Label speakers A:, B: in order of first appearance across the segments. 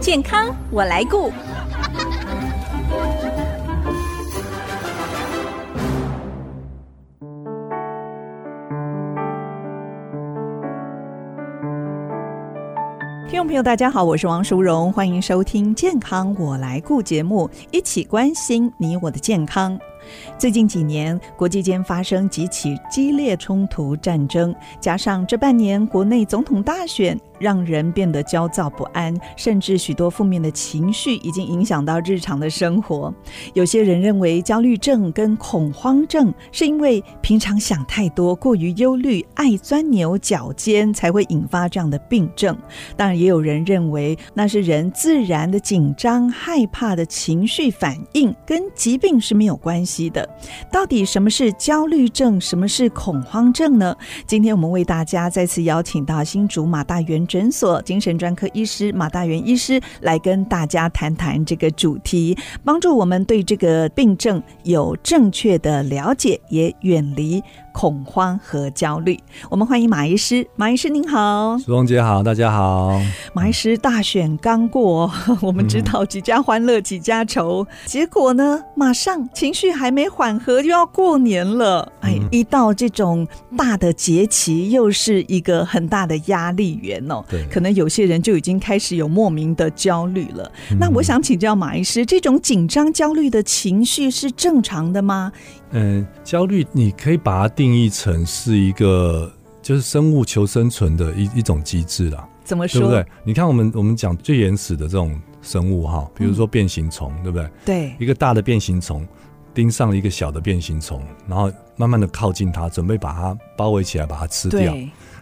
A: 健康我来顾。听众朋友，大家好，我是王淑荣，欢迎收听《健康我来顾》节目，一起关心你我的健康。最近几年，国际间发生几起激烈冲突、战争，加上这半年国内总统大选，让人变得焦躁不安，甚至许多负面的情绪已经影响到日常的生活。有些人认为焦虑症跟恐慌症是因为平常想太多、过于忧虑、爱钻牛角尖，才会引发这样的病症。当然，也有人认为那是人自然的紧张、害怕的情绪反应，跟疾病是没有关系。的，到底什么是焦虑症，什么是恐慌症呢？今天我们为大家再次邀请到新竹马大元诊所精神专科医师马大元医师来跟大家谈谈这个主题，帮助我们对这个病症有正确的了解，也远离恐慌和焦虑。我们欢迎马医师，马医师您好，
B: 苏荣姐好，大家好。
A: 马医师，大选刚过， 我们知
B: 嗯
A: 道几家欢乐几家愁，嗯、结果呢，马上情绪还。还没缓和，又要过年了，哎，
B: 嗯
A: 一到这种大的节期，又是一个很大的压力源哦。
B: 对，
A: 可能有些人就已经开始有莫名的焦虑了。嗯、那我想请教马医师，这种紧张、焦虑的情绪是正常的吗？
B: 嗯、呃，焦虑你可以把它定义成是一个就是生物求生存的一一种机制啦。
A: 怎么说？
B: 对不对？你看我们我们讲最原始的这种生物哈，比如说变形虫，嗯、对不对？
A: 对，
B: 一个大的变形虫。盯上了一个小的变形虫，然后慢慢的靠近它，准备把它包围起来，把它吃掉。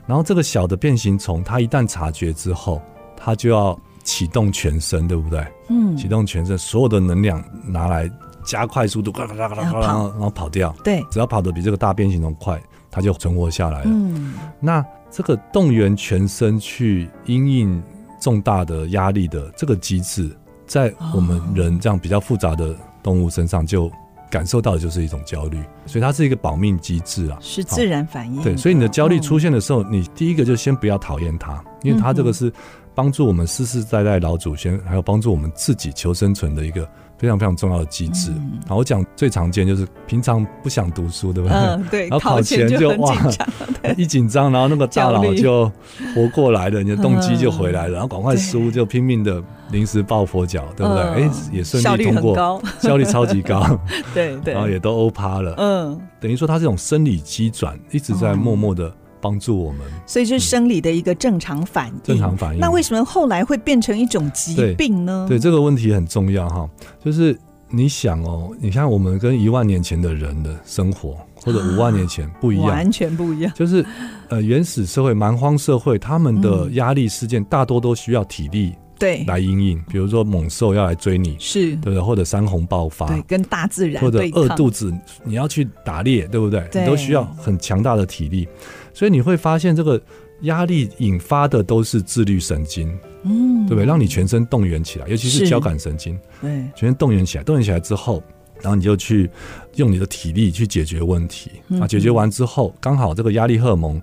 B: 然后这个小的变形虫，它一旦察觉之后，它就要启动全身，对不对？
A: 嗯，
B: 启动全身，所有的能量拿来加快速度，然后然后跑掉。
A: 对，
B: 只要跑得比这个大变形虫快，它就存活下来了。
A: 嗯，
B: 那这个动员全身去因应重大的压力的这个机制，在我们人这样比较复杂的动物身上就。感受到的就是一种焦虑，所以它是一个保命机制啊，
A: 是自然反应。
B: 对，所以你的焦虑出现的时候，嗯、你第一个就先不要讨厌它，因为它
A: 嗯
B: 这个是帮助我们世世代代老祖先，还有帮助我们自己求生存的一个非常非常重要的机制。嗯、好，我讲最常见就是平常不想读 书，对不对？
A: 嗯，对。
B: 然后考
A: 前
B: 就哇， 一紧张，然后那个大脑就活过来了，你的动机就回来了，嗯、然后赶快书就拼命的。临时抱佛脚，对不对？哎、嗯，也顺利通过，
A: 效率,
B: 效率超级高，
A: 对对，
B: 然后也都欧趴了，
A: 嗯，哦
B: 等于说它这种生理机转一直在默默的帮助我们，嗯、
A: 所以就是生理的一个正常反应，
B: 正常反应。
A: 那为什么后来会变成一种疾病呢？
B: 对这个问题很重要哈，就是你想哦，你看我们跟一万年前的人的生活，或者五万年前不一样，
A: 啊完全不一样，
B: 就是呃原始社会蛮荒社会，他们的
A: 嗯
B: 压力事件大多都需要体力。
A: 对，
B: 来阴影，比如说猛兽要来追你，
A: 是
B: 对不对？或者山洪爆发，
A: 对，跟大自然
B: 或者饿肚子，你要去打猎，对不对？
A: 对
B: 你都需要很强大的体力，所以你会发现这个压力引发的都是自律神经，
A: 嗯，
B: 对不对？让你全身动员起来，尤其是交感神经，
A: 对，
B: 全身动员起来，动员起来之后，然后你就去用你的体力去解决问题，嗯、啊，解决完之后，刚好这个压力荷尔蒙。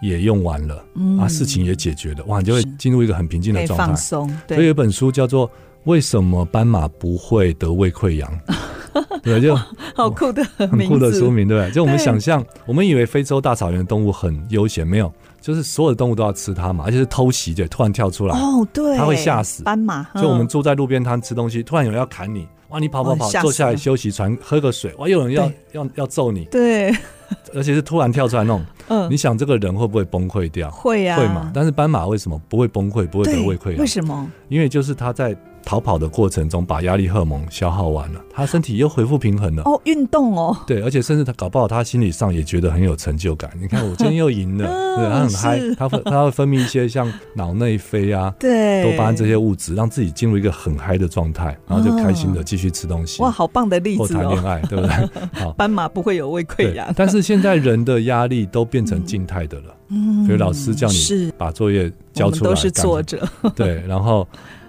B: 也用完了，啊，事情也解决了，哇，你就会进入一个很平静的状态，
A: 放松。
B: 所以有一本书叫做《为什么斑马不会得胃溃疡》， 对，就
A: 好酷的，
B: 很酷的书名，对不对？就我们想象，我们以为非洲大草原的动物很悠闲，没有，就是所有的动物都要吃它嘛，而且是偷袭的，突然跳出来，
A: 哦，对，
B: 它会吓死
A: 斑马。嗯
B: 就我们坐在路边摊吃东西，突然有人要砍你，哇，你跑跑跑，坐下来休息，喘喝个水，哇，有人要要要揍你，
A: 对。
B: 而且是突然跳出来弄，嗯，你想这个人会不会崩溃掉？
A: 会呀、啊，
B: 会嘛。但是斑马为什么不会崩溃，不会得胃溃疡？
A: 为什么？
B: 因为就是他在逃跑的过程中把压力荷尔蒙消耗完了，他身体又恢复平衡了。
A: 哦，运动哦。
B: 对，而且甚至他搞不好他心理上也觉得很有成就感。你看我今天又赢了，
A: 嗯
B: 对，他很嗨，他会他会分泌一些像脑内啡啊、
A: 对
B: 多巴胺这些物质，让自己进入一个很嗨的状态，然后就开心的继续吃东西。
A: 哦哇，好棒的例子哦！
B: 或谈恋爱，对不对？好，
A: 斑马不 会有胃溃疡，
B: 但是。是现在人的压力都变成静态的了，
A: 嗯，
B: 所以老师叫你把作业交出来，
A: 都是坐着，
B: 对，然后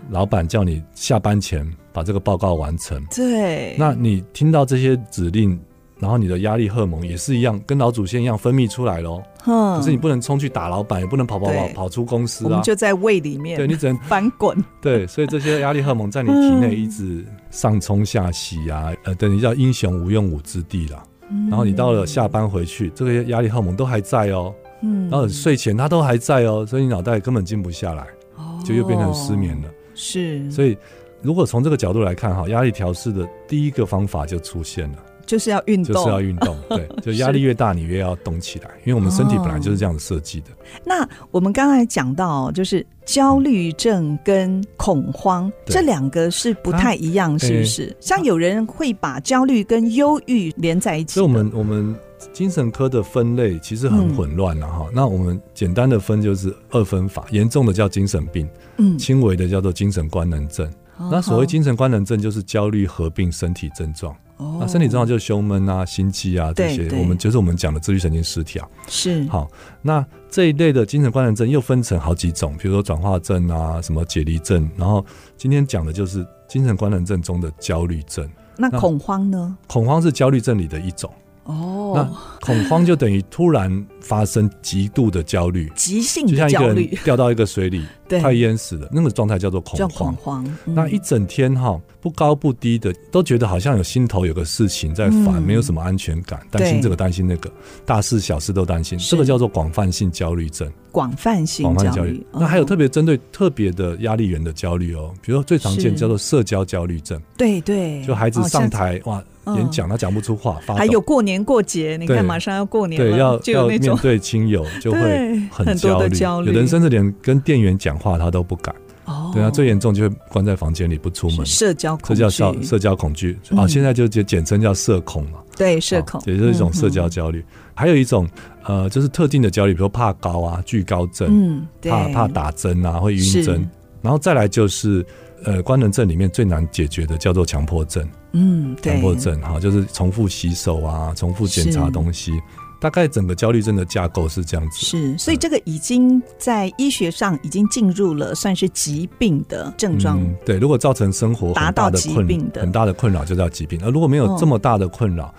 B: 老板叫你下班前把这个报告完成，
A: 对，
B: 那你听到这些指令，然后你的压力荷尔蒙也是一样，跟老祖先一样分泌出来喽，
A: 哼
B: 可是你不能冲去打老板，也不能跑跑跑
A: 嗯对
B: 跑出公司
A: 我
B: 啊
A: 们。就在胃里
B: 对
A: 面
B: 你只能
A: 翻滚，
B: 对，所以这些压力荷尔蒙在你体内一直上冲下洗 啊，呃，等于叫英雄无用武之地啦。
A: 嗯
B: 然后你到了下班回去，这些压力荷尔蒙都还在哦，
A: 嗯，
B: 然后睡前它都还在哦，所以你脑袋根本静不下来，就又变成失眠了
A: 哦。。是，
B: 所以如果从这个角度来看哈，压力调试的第一个方法就出现了，
A: 就是要运
B: 就是要
A: 动。
B: 运动。对，就压力越大，你越要动起来，因为我们身体本来就是这样子设计的。
A: 那我们刚才讲到，就是焦虑症跟恐慌
B: 对啊
A: 这两个是不太一样，是不是？像有人会把焦虑跟忧郁连在一起
B: 所
A: 的，
B: 以我们我们精神科的分类其实很混乱了
A: 嗯
B: 哈。那我们简单的分就是二分法，严重的叫精神病，
A: 嗯，哦
B: 轻微的叫做精神官能症。那所谓精神官能症，就是焦虑合并身体症状。
A: 哦，
B: 那身体症状就是胸闷啊、心悸啊这
A: 对
B: 些，
A: 对嗯
B: 我们就是我们讲的自律神经失调。
A: 是
B: 好，那这一类的精神官能症又分成好几种，比如说转化症啊、什么解离症，然后今天讲的就是精神官能症中的焦虑症。
A: 那
B: 那
A: 恐慌呢？
B: 恐慌是焦虑症里的一种，
A: 哦，，
B: 那恐慌就等于突然发生极度的焦 虑
A: 急性
B: 就
A: 的
B: 像一
A: 焦
B: 个人
A: 虑，
B: 掉到一个水里，
A: 对，
B: 快淹死了，那个状态叫做恐
A: 叫恐
B: 慌。
A: 慌。
B: 那
A: 嗯
B: 一整天哈不高不低的，都觉得好像有心头有个事情在烦，
A: 嗯
B: 没有什么安全感，担心这个担心那个，大事小事都担心，
A: 是
B: 这个叫做广泛性焦虑症。
A: 广泛性
B: 广泛
A: 焦
B: 焦
A: 虑
B: 虑，，那还有特
A: 哦
B: 别针对特别的压力源的焦虑哦，比如说最常
A: 是
B: 见叫做社交焦虑症，
A: 对对，
B: 就孩子
A: 哦
B: 上
A: 像
B: 台哇
A: 嗯
B: 演讲他讲不出话，发抖
A: 还有过年过节，你
B: 对
A: 看马上要过年
B: 对要
A: 了，就
B: 要
A: 有那
B: 面
A: 种
B: 对亲 友就会
A: 对
B: 很
A: 多
B: 焦
A: 的
B: 虑，
A: 焦虑。
B: 有的人甚至连跟店员讲话他都不敢，
A: 哦，
B: 对啊，最严重就会关在房间里不出门
A: 是。社交恐
B: 这
A: 惧，
B: 叫社社交恐惧啊，
A: 嗯
B: 现在就简简称叫社恐嘛，
A: 对社恐
B: 啊，也就是一种社交
A: 嗯
B: 焦虑。还有一种呃，就是特定的焦虑，比如怕高啊、惧高症、
A: 嗯，对，
B: 怕怕打针啊、会晕
A: 是
B: 针，然后再来就是呃，官能症里面最难解决的叫做强迫症，
A: 嗯，
B: 强
A: 对，
B: 迫症哈，就是重复洗手啊，重复检查
A: 是
B: 东西。大概整个焦虑症的架构是这样子，
A: 是，所以这个已经在医学上已经进入了算是疾病的症状。
B: 嗯。对，如果造成生活
A: 达
B: 很
A: 到
B: 大的
A: 疾
B: 困
A: 病的哦
B: 很大的困扰，就叫疾病。而如果没有这么大的困扰，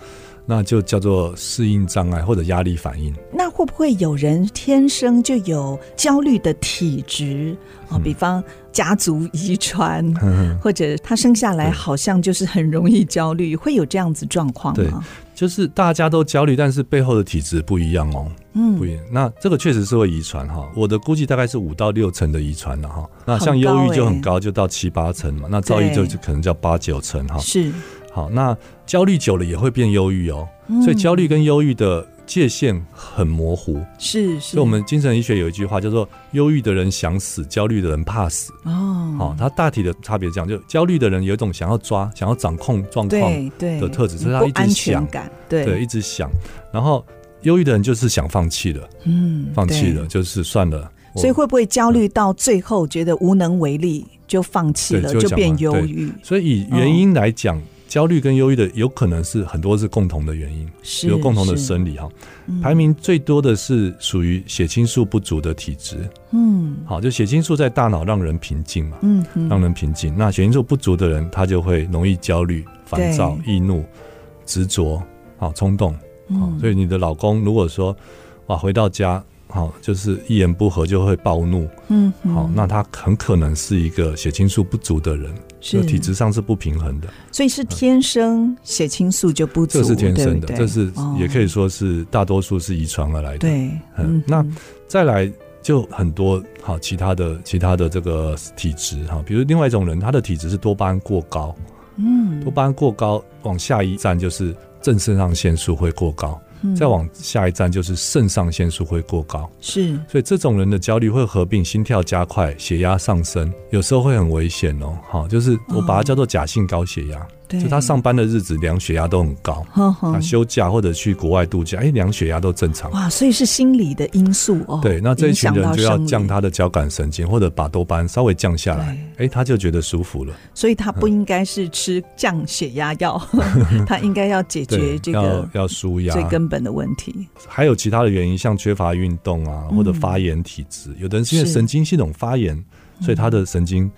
B: 那就叫做适应障碍或者压力反应。
A: 那会不会有人天生就有焦虑的体质啊？
B: 嗯
A: 比方家族遗 传，
B: 哼哼
A: 或者他生下来
B: 对
A: 好像就是很容易焦虑，会有这样子状况吗？
B: 就是大家都焦虑，但是背后的体质不一样哦，
A: 嗯
B: 不一样。那这个确实是会遗传哈，我的估计大概是五到六成的遗传了哈。那像
A: 很高
B: 忧郁就
A: 欸
B: 很高，就到七八成嘛。那躁郁就
A: 对
B: 就可能叫八九成哈。
A: 是，
B: 好，那焦虑久了也会变忧郁哦，
A: 嗯
B: 所以焦虑跟忧郁的界限很模糊。
A: 是是，
B: 所以我们精神医学有一句话叫做“忧郁的人想死，焦虑的人怕死”
A: 哦，
B: 哦，它大体的差别讲，就焦虑的人有一种想要抓、想要掌控状况，
A: 对对
B: 的特质所以他
A: 不
B: 一直
A: 安全
B: 想
A: 感，对
B: 对，一直想，然后忧郁的人就是想放弃了，
A: 嗯，
B: 放弃
A: 对
B: 了，就是算了。我
A: 所以会不会焦虑到最后觉得无能为力，就放弃
B: 对
A: 了，
B: 就
A: 就
B: 想
A: 变
B: 完
A: 忧
B: 对
A: 郁？
B: 所以以原因来讲，
A: 哦
B: 焦虑跟忧郁的有可能是很多是共同的原因，
A: 是
B: 有共同的
A: 是
B: 生理哈。
A: 嗯
B: 排名最多的是属于血清素不足的体质，
A: 嗯
B: 好，就血清素在大脑让人平静嘛。
A: 嗯嗯
B: 让人平静。那血清素不足的人，他就会容易焦虑、烦躁、易怒、执着、好冲动。好、
A: 嗯
B: 所以你的老公如果说哇，回到家好，就是一言不合就会暴怒，
A: 嗯
B: 好，
A: 嗯
B: 那他很可能是一个血清素不足的人，就是体质上是不平衡的。
A: 所以是天生血清素就不足，
B: 嗯这是天
A: 对
B: 生的，
A: 不对
B: 这是
A: 哦
B: 也可以说是大多数是遗传而来的。
A: 对，
B: 嗯
A: 嗯，
B: 那再来就很多好其他的其他的这个体质哈，比如另外一种人，他的体质是多巴胺过高，
A: 嗯
B: 多巴胺过高，往下一站就是正肾上腺素会过高，
A: 嗯
B: 再往下一站就是肾上腺素会过高，
A: 是
B: 所以这种人的焦虑会合并心跳加快、血压上升，有时候会很危险哦。好，就是我把它叫做假性高血压，
A: 哦对，哦
B: 就他上班的日子量血压都很高，
A: 呵呵
B: 他休假或者去国外度假，哎，量血压都正常。
A: 哇，所以是心理的因素哦，
B: 对，那这一
A: 影
B: 群
A: 响
B: 人
A: 到
B: 就要
A: 生理
B: 降，他的交感神经，或者把多巴胺稍微降下来，哎，他就觉得舒服了。
A: 所以他不
B: 嗯
A: 应该是吃降血压药， 他应该要解决
B: 对，
A: 这
B: 要
A: 个
B: 要舒压，
A: 最根本的问题，
B: 还有其他的原因，像缺乏运动啊，
A: 嗯
B: 或者发炎体质。有的人是因为
A: 是嗯
B: 神经系统发炎，所以他的神经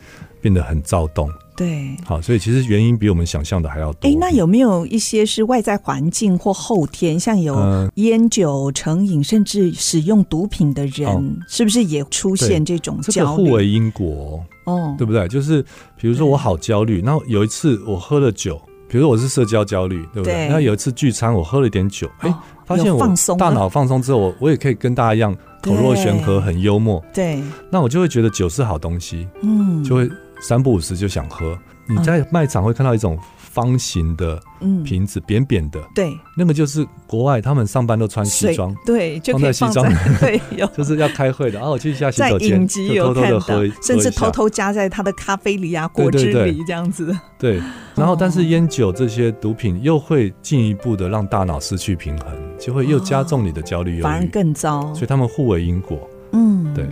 B: 变得很躁动。
A: 对。
B: 好，所以其实原因比我们想象的还要多。嗯
A: 哎，那有没有一些是外在环境或后天，像有
B: 嗯，
A: 烟酒成瘾，甚至使用毒品的人，
B: 哦
A: 是不是也出现这种
B: 这个
A: 焦
B: 互
A: 虑？
B: 为因果、哦，
A: 哦，
B: 对不对？就是比如说我好焦虑，那有一次我喝了酒，比如说我是社交焦虑，对不
A: 对
B: 对？那有一次聚餐我喝了一点酒，哎、
A: 哦
B: 发现
A: 有
B: 我
A: 放松
B: 大
A: 了
B: 脑放松之后，我我也可以跟大家一样口若悬河，很幽默。
A: 对，
B: 那我就会觉得酒是好东西，
A: 嗯，
B: 就会三不五时就想喝。你在卖场会看到一种方形的
A: 嗯，
B: 瓶子，扁扁的，
A: 对，
B: 那个就是国外他们上班都穿西
A: 水
B: 装，
A: 对，就
B: 放
A: 可以
B: 在西
A: 放
B: 装
A: 在 对有。
B: 就是要开会的啊，我去一下洗
A: 在
B: 手
A: 影
B: 间，
A: 集
B: 就
A: 有
B: 偷偷
A: 看
B: 的
A: 到
B: 喝一，，
A: 甚至偷
B: 喝一下
A: 偷加在他的咖啡里啊、
B: 对
A: 果汁
B: 对对
A: 里这样子。
B: 对。然后，但
A: 哦
B: 是烟酒这些毒品又会进一步的让大脑失去平衡，就会又加重你的焦虑忧
A: 反而
B: 郁，
A: 更糟
B: 所。以他们互为因果。
A: 嗯，
B: 对。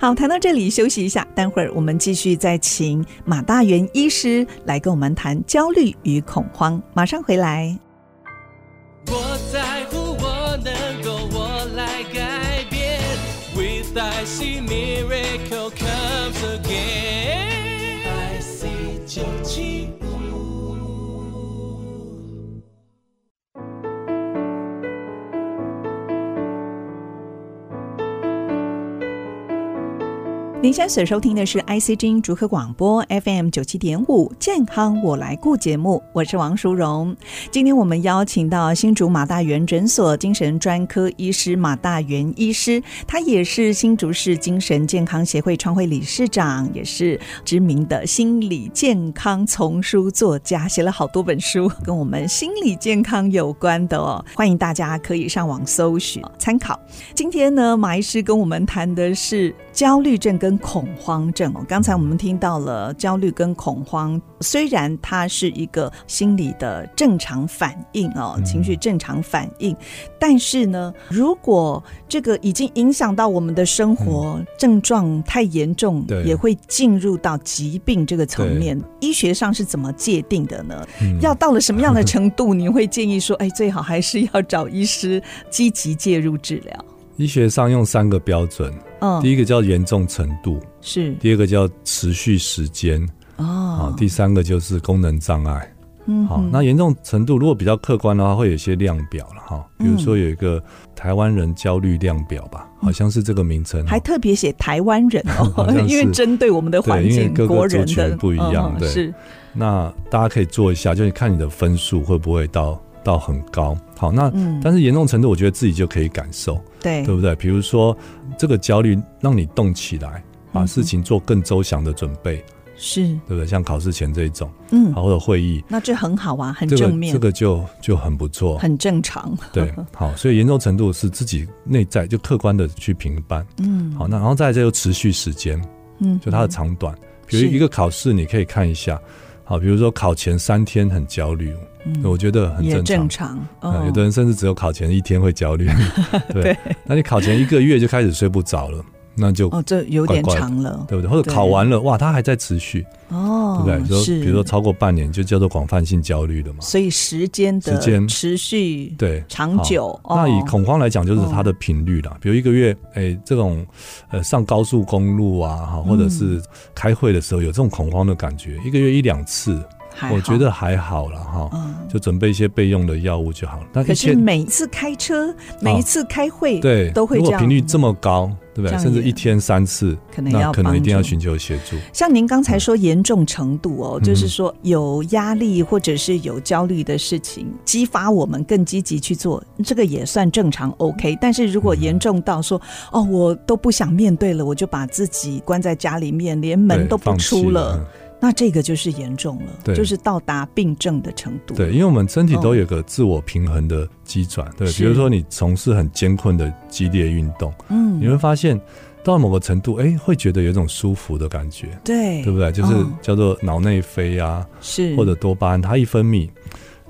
A: 好，谈到这里休息一下，待会儿我们继续再请马大元医师来跟我们谈焦虑与恐慌。马上回来。
C: 我在乎，我能够，我来改变。With I see miracle comes again。I see 九七五。
A: 您现在所收听的是 IC 之音逐客广播 FM 九七点五健康我来顾节目，我是王淑荣。今天我们邀请到新竹马大元诊所精神专科医师马大元医师，他也是新竹市精神健康协会创会理事长，也是知名的心理健康丛书作家，写了好多本书跟我们心理健康有关的哦，欢迎大家可以上网搜寻参考。今天呢，马医师跟我们谈的是焦虑症跟恐慌症哦。刚才我们听到了焦虑跟恐慌，虽然它是一个心理的正常反应哦，
B: 嗯
A: 情绪正常反应，但是呢，如果这个已经影响到我们的生活，症状太严重，
B: 嗯对
A: 也会进入到疾病这个层
B: 对
A: 面。医学上是怎么界定的呢？
B: 嗯
A: 要到了什么样的程度，你会建议说，哎，最好还是要找医师积极介入治疗。
B: 医学上用三个标准，
A: 嗯，
B: 第一个叫严重程度，
A: 是
B: 第二个叫持续时间，
A: 哦
B: 啊，，第三个就是功能障碍。
A: 嗯
B: 好，那严重程度如果比较客观的话，会有一些量表了哈，比如
A: 嗯
B: 说有一个台湾人焦虑量表吧，好像是这个名称哦。
A: 还特别写台湾人哦
B: 好像，是
A: 因为针对我们的环
B: 对因
A: 境
B: 为、各个
A: 国人
B: 族
A: 的
B: 群不一样
A: 嗯
B: 对
A: 是
B: 那大家可以做一下，就是看你的分数会不会到到很高。好，那
A: 嗯，哎
B: 但是严重程度，我觉得自己就可以感受，
A: 对
B: 对不对？比如说这个焦虑让你动起来，
A: 嗯
B: 把事情做更周详的准备，
A: 是
B: 对不对？像考试前这一种，
A: 嗯，
B: 好或者会议，
A: 那这很好啊，很
B: 这
A: 正
B: 个
A: 面，
B: 这个就就很不错。
A: 很正常，
B: 对，好，所以严重程度是自己内在就客观的去评判。
A: 嗯，
B: 好，那然后再来就持续时间，
A: 嗯，
B: 就它的长短。比如
A: 是
B: 一个考试，你可以看一下，好，比如说考前三天很焦虑，
A: 嗯
B: 我觉得很
A: 也
B: 正常
A: 正。常，
B: 啊，
A: 哦
B: 有的人甚至只有考前一天 会焦虑，对。那你考前一个月就开始睡不着了，那就
A: 哦，这有点
B: 怪怪的
A: 长了
B: 对不对？或者
A: 对
B: 考完了，哇，它还在持续，对
A: 哦
B: 不对？，说
A: 是，
B: 比如说超过半年就叫做广泛性焦虑了嘛，
A: 所以时间的
B: 时间
A: 持续
B: 对。
A: 长久，哦
B: 那以恐慌来讲，就是它的频率啦，比如一个月，哎，这种呃上高速公路啊，
A: 嗯
B: 哈，或者是开会的时候有这种恐慌的感觉，一个月一两次，
A: 还好
B: 我觉得还好了哈，
A: 嗯。
B: 就准备一些备用的药物就好了。那
A: 可
B: 一
A: 是
B: 天
A: 每一次开车，每一次开会，
B: 对，
A: 都会
B: 如
A: 这
B: 果
A: 样
B: 频率这么高，对不
A: 这
B: 对？
A: 样
B: 甚至
A: 也
B: 一天三次，
A: 可能
B: 那
A: 要
B: 可能一定要
A: 帮助
B: 寻求协助。
A: 像您刚才说严重程度哦，
B: 嗯
A: 就是说有压力或者是有焦虑的事情，激发我们更积极去做，这个也算正常 OK。但是如果严重到说、
B: 嗯
A: 哦，我都不想面对了，我就把自己关在家里面，连门
B: 对
A: 都不
B: 放弃
A: 出了，
B: 嗯
A: 那这个就是严重了，
B: 对
A: 就是到达病症的程度。
B: 对，因为我们身体都有个自我平衡的机转，对，
A: 哦是
B: 比如说你从事很艰困的激烈运动，
A: 嗯，
B: 你会发现到某个程度，哎，会觉得有一种舒服的感觉，
A: 对
B: 对不对？就是
A: 嗯
B: 叫做脑内啡啊，
A: 是
B: 或者多巴胺，它一分泌，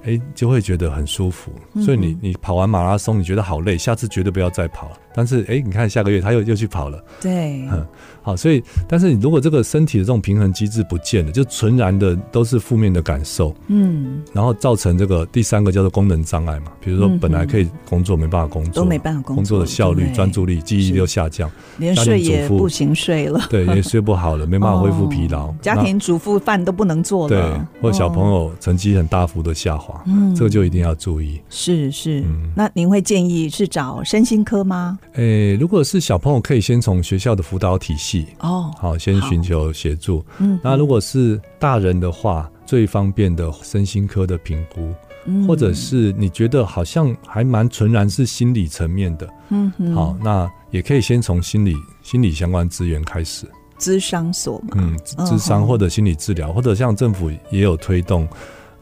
B: 哎，就会觉得很舒服。所以你
A: 嗯
B: 你跑完马拉松，你觉得好累，下次绝对不要再跑了。但是哎，你看下个月他又又去跑了，
A: 对，
B: 嗯好，所以但是你如果这个身体的这种平衡机制不见了，就纯然的都是负面的感受，
A: 嗯，
B: 然后造成这个第三个叫做功能障碍嘛，比如说
A: 嗯哼
B: 本来可以工作没办法工作，
A: 都没办法工作，
B: 工作的效率、
A: 对
B: 专，注力、记忆
A: 是
B: 力又 下降，
A: 连
B: 家庭
A: 睡
B: 主
A: 也
B: 妇
A: 不行睡了，
B: 对，也睡不好了，没办法恢复疲劳，
A: 哦家庭主妇饭都不能做
B: 那对
A: 了，，
B: 或者小朋
A: 哦，
B: 友成绩很大幅的下滑，
A: 嗯
B: 这个就一定要注意。
A: 是是
B: 嗯，
A: 那您会建议是找身心科吗？
B: 诶，如果是小朋友，可以先从学校的辅导体系，
A: 哦，
B: 好，先
A: 好
B: 寻求协助。
A: 嗯，
B: 那如果是大人的话，最方便的身心科的评估，
A: 嗯
B: 或者，是你觉得好像还蛮纯然是心理层面的，
A: 嗯哼，
B: 好，那也可以先从心理心理相关资源开始，
A: 咨商所嘛，
B: 嗯，
A: 嗯
B: 智商
A: 好
B: 或者心理治疗，或者像政府也有推动。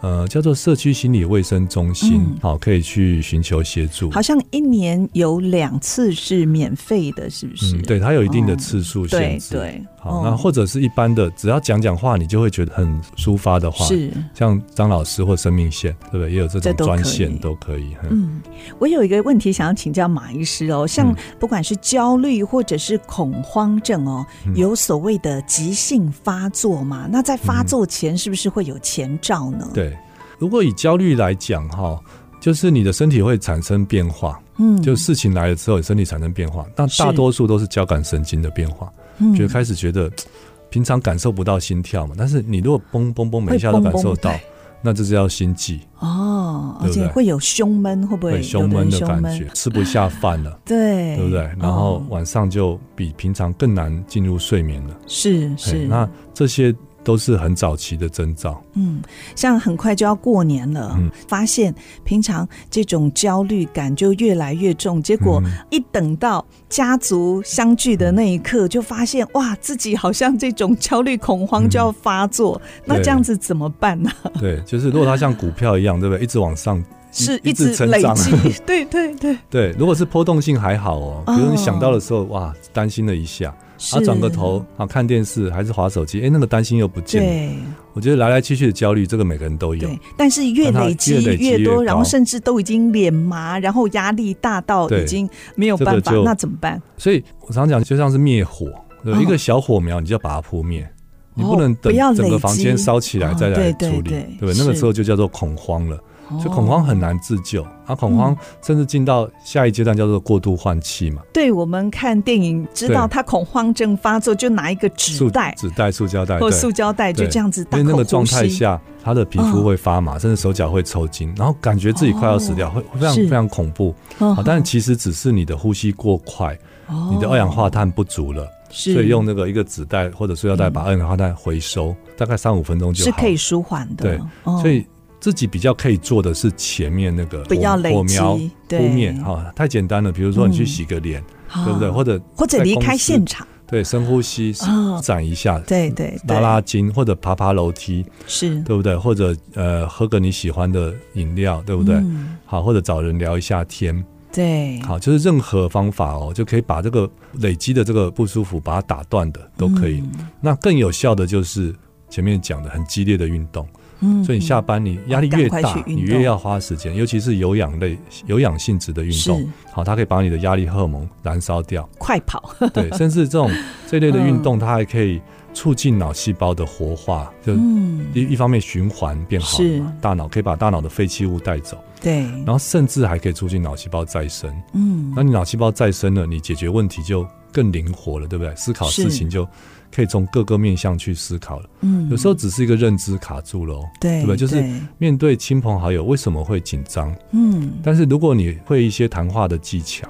B: 呃，叫做社区心理卫生中心
A: 嗯，
B: 好、可以去寻求协助。
A: 好像一年有两次是免费的，是不是？
B: 嗯，对，它有一定的
A: 哦
B: 次数限
A: 对
B: 制。
A: 对，
B: 好，
A: 哦
B: 那或者是一般的，只要讲讲话，你就会觉得很抒发的话，
A: 是，
B: 像张老师或生命线，对不对？也有这
A: 这
B: 种
A: 都可以
B: 专线都可以。嗯，
A: 嗯，我有一个问题想要请教马医师哦，像
B: 嗯
A: 不管是焦虑或者是恐慌症哦，
B: 嗯
A: 有所谓的急性发作嘛？那在发作前是不是会有前兆呢？，
B: 嗯对。如果以焦虑来讲，哈，就是你的身体会产生变化，
A: 嗯
B: 就事情来了之后，你身体产生变化，但大
A: 是
B: 多数都是交感神经的变化，
A: 嗯
B: 就开始觉得嘖平常感受不到心跳嘛，但是你如果嘣嘣嘣每一下都
A: 会
B: 感
A: 蹦蹦
B: 受到
A: 对，
B: 那这就叫心悸，
A: 哦，而
B: 对不
A: 且
B: 对
A: 会有胸闷，会不会
B: 会胸闷
A: 有
B: 的
A: 人
B: 感
A: 闷
B: 觉，吃不下饭了。
A: 对，
B: 对不对？然后
A: 哦、
B: 晚上就比平常更难进入睡眠了。
A: 是
B: 嘿
A: 是，
B: 那这些都是很早期的征兆。
A: 嗯，像很快就要过年了，
B: 嗯
A: 发现平常这种焦虑感就越来越重，结果
B: 嗯
A: 一等到家族相聚的那一刻，就发现哇，自己好像这种焦虑恐慌就要发作，那
B: 嗯对
A: 这样子怎么办呢、
B: 对，就是如果它像股票一 样，对不对？一直往上，
A: 是
B: 一
A: 直
B: 直成
A: 累
B: 长啊
A: 积， 对对 对，
B: 对。如果是波动性还好哦，比如你想到的时候，哇，担心了一下，
A: 是
B: 啊，转个头，啊，看电视还是划手机，哎，那个担心又不见了。
A: 对
B: 我觉得来来去去的焦虑，这个每个人都有。
A: 对，但是越
B: 但它
A: 累积
B: 越累积越
A: 多，
B: 高
A: 然后甚至都已经脸麻，然后压力大到
B: 对
A: 已经没有
B: 这
A: 办
B: 个
A: 法，
B: 就
A: 那怎么办？
B: 所以我常讲，就像是灭火，对
A: 哦
B: 一个小火苗，你就要把它扑灭，你不能
A: 不
B: 等
A: 要累积
B: 整个房间烧起来
A: 哦
B: 再来
A: 对对
B: 处理，
A: 对
B: 对不对？那个
A: 是
B: 时候就叫做恐慌了。所以
A: 哦
B: 恐
A: 嗯
B: 慌很难自救，啊，恐慌甚至进到下一阶段叫做过度换气嘛，
A: 对我们看电影知道
B: 对
A: 他恐慌症发作，就拿一个纸
B: 塑
A: 袋
B: 纸袋、塑胶袋，
A: 或
B: 对，
A: 塑胶袋，就
B: 对
A: 这样子
B: 因
A: 大
B: 为
A: 口
B: 那个
A: 呼
B: 状态
A: 吸嗯
B: 下，他的皮肤会发麻，甚至手脚会抽筋，然后感觉自己快要死掉，会会非常
A: 哦是
B: 非常恐怖。
A: 嗯
B: 好，但其实只是你的呼吸过快，
A: 哦
B: 你的二氧化碳不足了，
A: 是
B: 所以用那个一个纸袋或者塑料袋把二氧化碳回收，大概三五分钟就是好
A: 嗯可。以舒缓的，
B: 对
A: 哦
B: 所以自己比较可以做的是前面那个
A: 不要累积
B: 火苗
A: 对
B: 扑灭，哈，太简单了。比如说你去
A: 嗯
B: 洗个脸，
A: 啊
B: 对不对？或者
A: 或者
B: 在
A: 离
B: 公
A: 开
B: 司
A: 现场，
B: 对，深呼吸
A: 哦，
B: 展一下，
A: 对嗯对对，
B: 嗯拉拉筋或者爬爬楼梯，
A: 是，
B: 对不对？或者呃，喝个你喜欢的饮料，对不对？
A: 嗯
B: 好，或者找人聊一下天，
A: 对，
B: 好，就是任何方法哦，就可以把这个累积的这个不舒服把它打断的都可以。
A: 嗯
B: 那更有效的就是前面讲的很激烈的运动，
A: 嗯，嗯
B: 所以你下班你压力
A: 赶
B: 越
A: 快
B: 大
A: 去，运
B: 你越
A: 动
B: 要花时间，尤其是有氧类、有氧性质的运动
A: 是，
B: 好，它可以把你的压力荷尔蒙燃烧掉。
A: 快跑，
B: 对，甚至这种这类的
A: 嗯
B: 运动，它还可以促进脑细胞的活化，就
A: 嗯，
B: 一一方面循环变好了嘛
A: 是，
B: 大脑可以把大脑的废弃物带走，
A: 对，
B: 然后甚至还可以促进脑细胞再生。
A: 嗯
B: 那你脑细胞再生了，你解决问题就更灵活了，对不对？思考
A: 是
B: 事情就可以从各个面向去思考了。
A: 嗯，
B: 有时候只是一个认知卡住了、哦，
A: 对
B: 对吧？就是面对亲朋好友为什么会紧张？
A: 嗯
B: 但是如果你会一些谈话的技巧，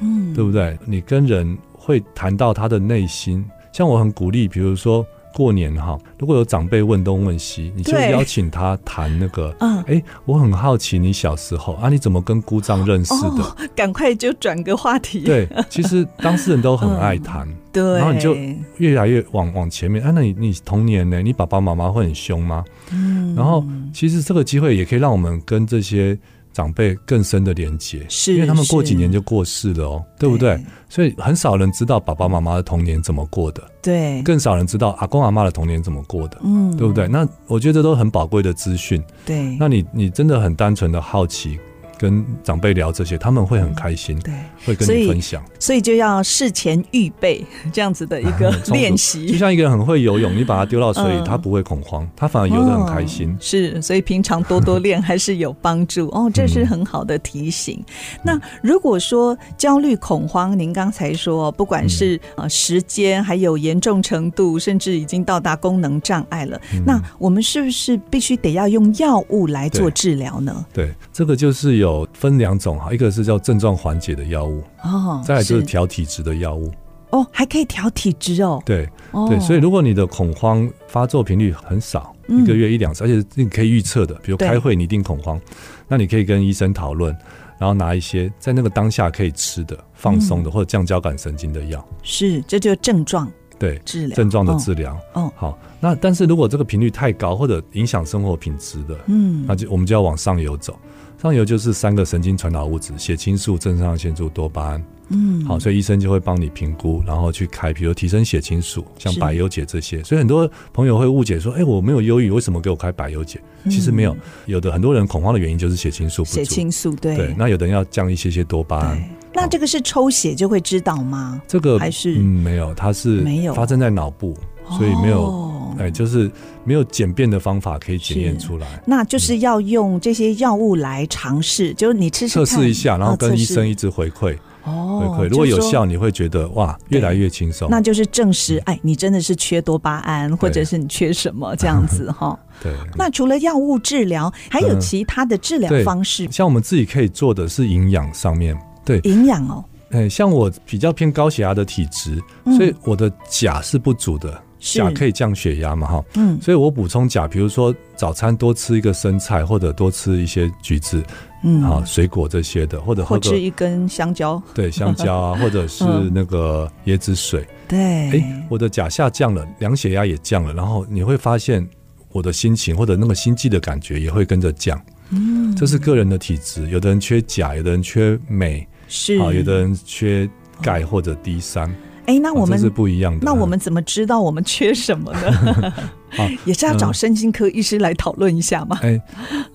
A: 嗯，
B: 对不对？你跟人会谈到他的内心，像我很鼓励，比如说过年哈，如果有长辈问东问西，你就
A: 对
B: 邀请他谈那个。
A: 嗯。
B: 哎，我很好奇你小时候啊，你怎么跟姑丈认识的？
A: 哦，赶快就转个话题。
B: 对，其实当事人都很爱谈，
A: 对，
B: 然后你就越来越往往前面。啊，那你你童年呢？你爸爸妈妈会很凶吗？
A: 嗯，
B: 然后其实这个机会也可以让我们跟这些长辈更深的连接，
A: 是
B: 因为他们过
A: 是
B: 几年就过世了哦，对不对？所以很少人知道爸爸妈妈的童年怎么过的，
A: 对，
B: 更少人知道阿公阿妈的童年怎么过的，
A: 嗯，
B: 对不对？那我觉得这都很宝贵的资讯。
A: 对，
B: 那你你真的很单纯的好奇，跟长辈聊这些，他们会很开心，
A: 对，
B: 会跟
A: 所
B: 你
A: 以
B: 分享。
A: 嗯所以就要事前预备 这样子的一 个
B: 冲突
A: 练
B: 就
A: 习。
B: 像一个人很会 游泳，你把他丢到水里
A: 嗯，
B: 他不会恐慌，他反而游得很开心
A: 哦。是，所以平常多多练还是有帮 助哦，这是很好的提醒。那如果说焦虑、恐慌，您刚才说，不管是
B: 嗯
A: 呃时间，还有严重程度，甚至已经到达功能障碍了，
B: 嗯
A: 那我们是不是必须得要用药物来做
B: 对
A: 治疗呢？
B: 对，这个就是有分两种哈，一个是叫症状缓解的药物，
A: 哦，
B: 再来就是调体质的药物。
A: 哦，还可以调体质哦。
B: 对
A: 哦
B: 对，所以如果你的恐慌发作频率很少，
A: 嗯
B: 一个月一两次，而且你可以预测的，比如
A: 对
B: 开会你一定恐慌，那你可以跟医生讨论，然后拿一些在那个当下可以吃的、放松的
A: 嗯
B: 或者降交感神经的药。
A: 是这就是症状
B: 对，
A: 治疗，
B: 症状的
A: 哦
B: 治疗。
A: 哦
B: 好，那但是如果这个频率太高或者影响生活品质的，
A: 嗯
B: 那就我们就要往上游走。上游就是三个神经传导物质：血清素、正肾上腺素、多巴胺。
A: 嗯，
B: 好，所以医生就会帮你评估，然后去开，比如提升血清素，像
A: 是
B: 百忧解这些。所以很多朋友会误解说：“哎、我没有忧郁，为什么给我开百忧解？”其实没有，有的很多人恐慌的原因就是血清素不
A: 嗯哦血
B: 足。
A: 清素对
B: 对，那有的人要降一些些多巴胺
A: 对。那这个是抽血就会知道吗？
B: 这个
A: 还是
B: 嗯没有，它是
A: 没有
B: 发生在脑部，所以没有
A: 哦
B: 哎，就是没有简便的方法可以检验
A: 是
B: 出来，
A: 那就是要用这些药物来尝试，就是你吃吃
B: 测
A: 看
B: 试一下，然后
A: 啊测
B: 跟医生
A: 试
B: 一直回馈回
A: 哦
B: 馈。如果有，
A: 就是说
B: 效，你会觉得哇，
A: 对
B: 越来越轻松。
A: 那就是证实，哎，你真的是缺多巴胺，或者是你缺什么这样子 哈。
B: 对，
A: 那除了药物治疗，还有其他的治疗
B: 嗯对
A: 方式，
B: 像我们自己可以做的是营养上面，对，
A: 营养哦，
B: 哎，像我比较偏高血压的体质，
A: 嗯
B: 所以我的钾是不足的，
A: 是
B: 钾可以降血压嘛哈。
A: 嗯，
B: 所以我补充钾，比如说早餐多吃一个生菜，或者多吃一些橘子
A: 嗯
B: 啊、水果这些的，或者
A: 或
B: 喝个
A: 吃一根香蕉，
B: 对，香蕉啊，或者是
A: 嗯
B: 那个椰子水。
A: 对，
B: 哎、我的钾下降了，量血压也降了，然后你会发现我的心情或者那个心悸的感觉也会跟着降。嗯，这是个人的体质，有的人缺钾，有的人缺镁，
A: 是
B: 啊，有的人缺钙或者 D 三、
A: 哎，那
B: 啊
A: 我们
B: 这是不一样的。啊
A: 那我们怎么知道我们缺什么呢？ 也是要
B: 嗯
A: 找身心科医师来讨论一下嘛。
B: 哎、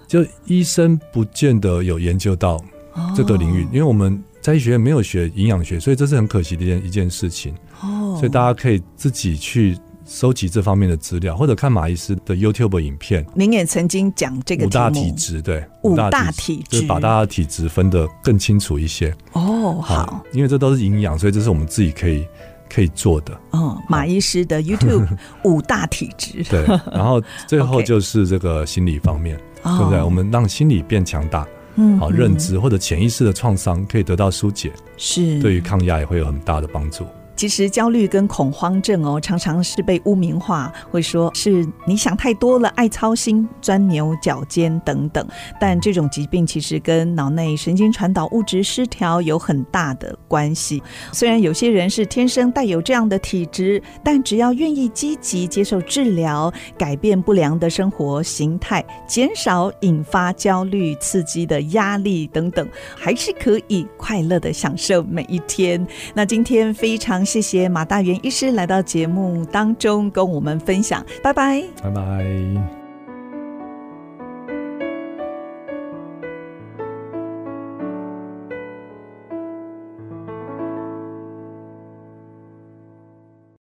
B: 就医生不见得有研究到
A: 哦
B: 这个领域，因为我们在医学院没有学营养学，所以这是很可惜的一件一件事情。
A: 哦，
B: 所以大家可以自己去收集这方面的资料，或者看马医师的 YouTube 影片。
A: 您也曾经讲这个
B: 五
A: 题
B: 大
A: 目
B: 体质，对，
A: 五大
B: 大
A: 体质
B: 就是把大家的体质分得更清楚一些。
A: 哦，好
B: 啊，因为这都是营养，所以这是我们自己可以可以做的。
A: 嗯，马医师 的 YouTube 五大体质，
B: 对，然后最后
A: OK
B: 就是这个心理方面，
A: 哦
B: 对不对？我们让心理变强大，
A: 们
B: 好，认知或者潜意识的创伤可以得到疏解，
A: 是
B: 对于抗压也会有很大的帮助。
A: 其实焦虑跟恐慌症哦，常常是被污名化，会说是你想太多了，爱操心、钻牛角尖等等。但这种疾病其实跟脑内神经传导物质失调有很大的关系。虽然有些人是天生带有这样的体质，但只要愿意积极接受治疗，改变不良的生活形态，减少引发焦虑刺激的压力等等，还是可以快乐的享受每一天。那今天非常谢谢马大元医师来到节目当中跟我们分享，拜拜。
B: 拜拜。